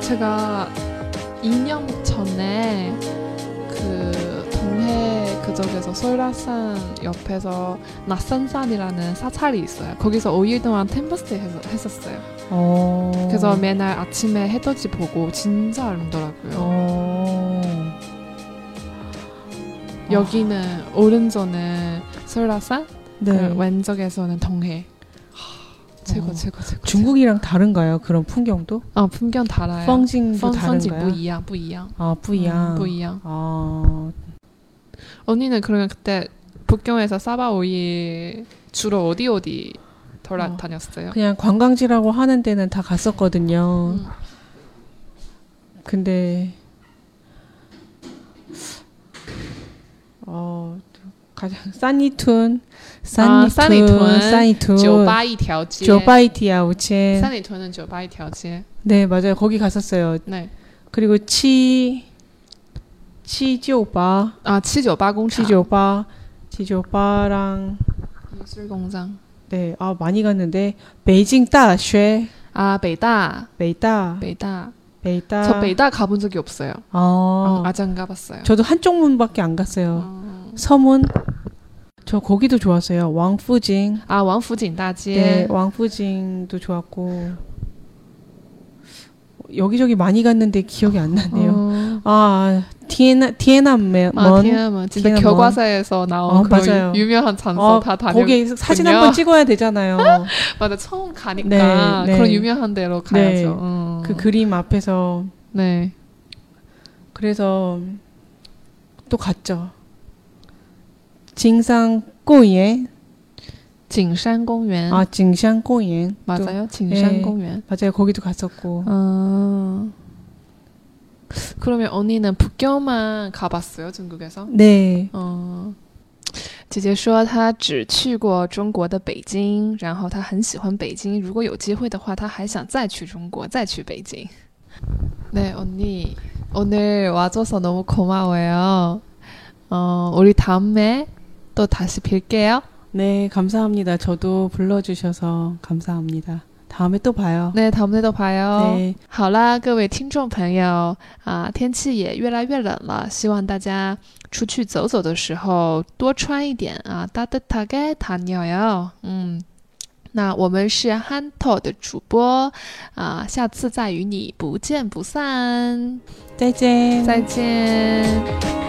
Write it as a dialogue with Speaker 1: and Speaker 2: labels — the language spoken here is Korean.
Speaker 1: 제가 2년 전에 그 동해 그쪽에서 솔라산 옆에서 나산산이라는 사찰이 있어요. 거기서 5일 동안 템버스테이 해서- 했었어요.
Speaker 2: 어.
Speaker 1: 그래서 맨날 아침에 해돋이 보고 진짜 아름더라고요.
Speaker 2: 어.
Speaker 1: 여기는 오른쪽은 솔라산,
Speaker 2: 네.
Speaker 1: 그 왼쪽에서는 동해. 하, 최고
Speaker 2: 어.
Speaker 1: 최고 최고.
Speaker 2: 중국이랑 다른가요? 그런 풍경도?
Speaker 1: 아 풍경
Speaker 2: 네.
Speaker 1: 달아요.
Speaker 2: 펑징도
Speaker 1: 风景
Speaker 2: 다른가요?
Speaker 1: 不一样,不一样.
Speaker 2: 아, 뿌이양.
Speaker 1: 음, 不一样.
Speaker 2: 아,
Speaker 1: 언니는 그러면 그때 북경에서 사바 오이 주로 어디 어디 돌아
Speaker 2: 어,
Speaker 1: 다녔어요?
Speaker 2: 그냥 관광지라고 하는 데는 다 갔었거든요.
Speaker 1: 음.
Speaker 2: 근데 어 가장 싸니툰,
Speaker 1: 아,
Speaker 2: 싸니툰,
Speaker 1: 싸니툰,
Speaker 2: 싸니툰,
Speaker 1: 酒吧一条街.
Speaker 2: 조바이티아우첸.
Speaker 1: 산이토는 酒吧一条街.
Speaker 2: 네 맞아요 거기 갔었어요.
Speaker 1: 네.
Speaker 2: 그리고 치 치조바,
Speaker 1: 아, 798工厂.
Speaker 2: 치조바, 치조바랑 아.
Speaker 1: 예술공장.
Speaker 2: 네아 많이 갔는데 베이징 다쉐
Speaker 1: 아, 베이다.
Speaker 2: 베이다
Speaker 1: 베이다.
Speaker 2: 베이다
Speaker 1: 저 베이다 가본 적이 없어요.
Speaker 2: 아,
Speaker 1: 아, 직안 가봤어요.
Speaker 2: 저도 한쪽 문밖에 안 갔어요.
Speaker 1: 어.
Speaker 2: 서문 저 거기도 좋았어요. 왕푸징
Speaker 1: 아, 왕푸진다지에.
Speaker 2: 네, 왕푸징도 좋았고 여기저기 많이 갔는데 기억이 안 나네요.
Speaker 1: 어.
Speaker 2: 아 티에나 티에나먼
Speaker 1: 아, 티아몬. 진짜
Speaker 2: 티아몬.
Speaker 1: 교과서에서 나온
Speaker 2: 어,
Speaker 1: 그런
Speaker 2: 맞아요.
Speaker 1: 유명한 장소
Speaker 2: 어,
Speaker 1: 다 다녀.
Speaker 2: 거기 사진 한번 찍어야 되잖아요.
Speaker 1: 맞아, 처음 가니까
Speaker 2: 네, 네.
Speaker 1: 그런 유명한 데로 가야죠.
Speaker 2: 네.
Speaker 1: 음.
Speaker 2: 그 그림 앞에서
Speaker 1: 네.
Speaker 2: 그래서 또 갔죠. 징상 꼬예
Speaker 1: 징산공원.
Speaker 2: 아 징상 꼬예
Speaker 1: 네. 맞아요. 징산공원.
Speaker 2: 맞아요 거기도 갔었고
Speaker 1: 아. 그러면 언니는 북경만 가봤어요, 중국에서?
Speaker 2: 네
Speaker 1: 嗯，姐姐说她只去过中国的北京，然后她很喜欢北京。如果有机会的话，她还想再去中国，再去北京。네언니오늘와줘서너무고마워요어우리다음에또다시뵐게요
Speaker 2: 네, 감사합니다. 저도 불러주셔서 감사합니다. 다음에 또 봐요.
Speaker 1: 네다음에또봐요。
Speaker 2: 네.
Speaker 1: 好啦，各位听众朋友啊，天气也越来越冷了，希望大家出去走走的时候多穿一点啊，따뜻하게다녀요。嗯，那我们是 Hanto 的主播啊，下次再与你不见不散，
Speaker 2: 再见。
Speaker 1: 再见。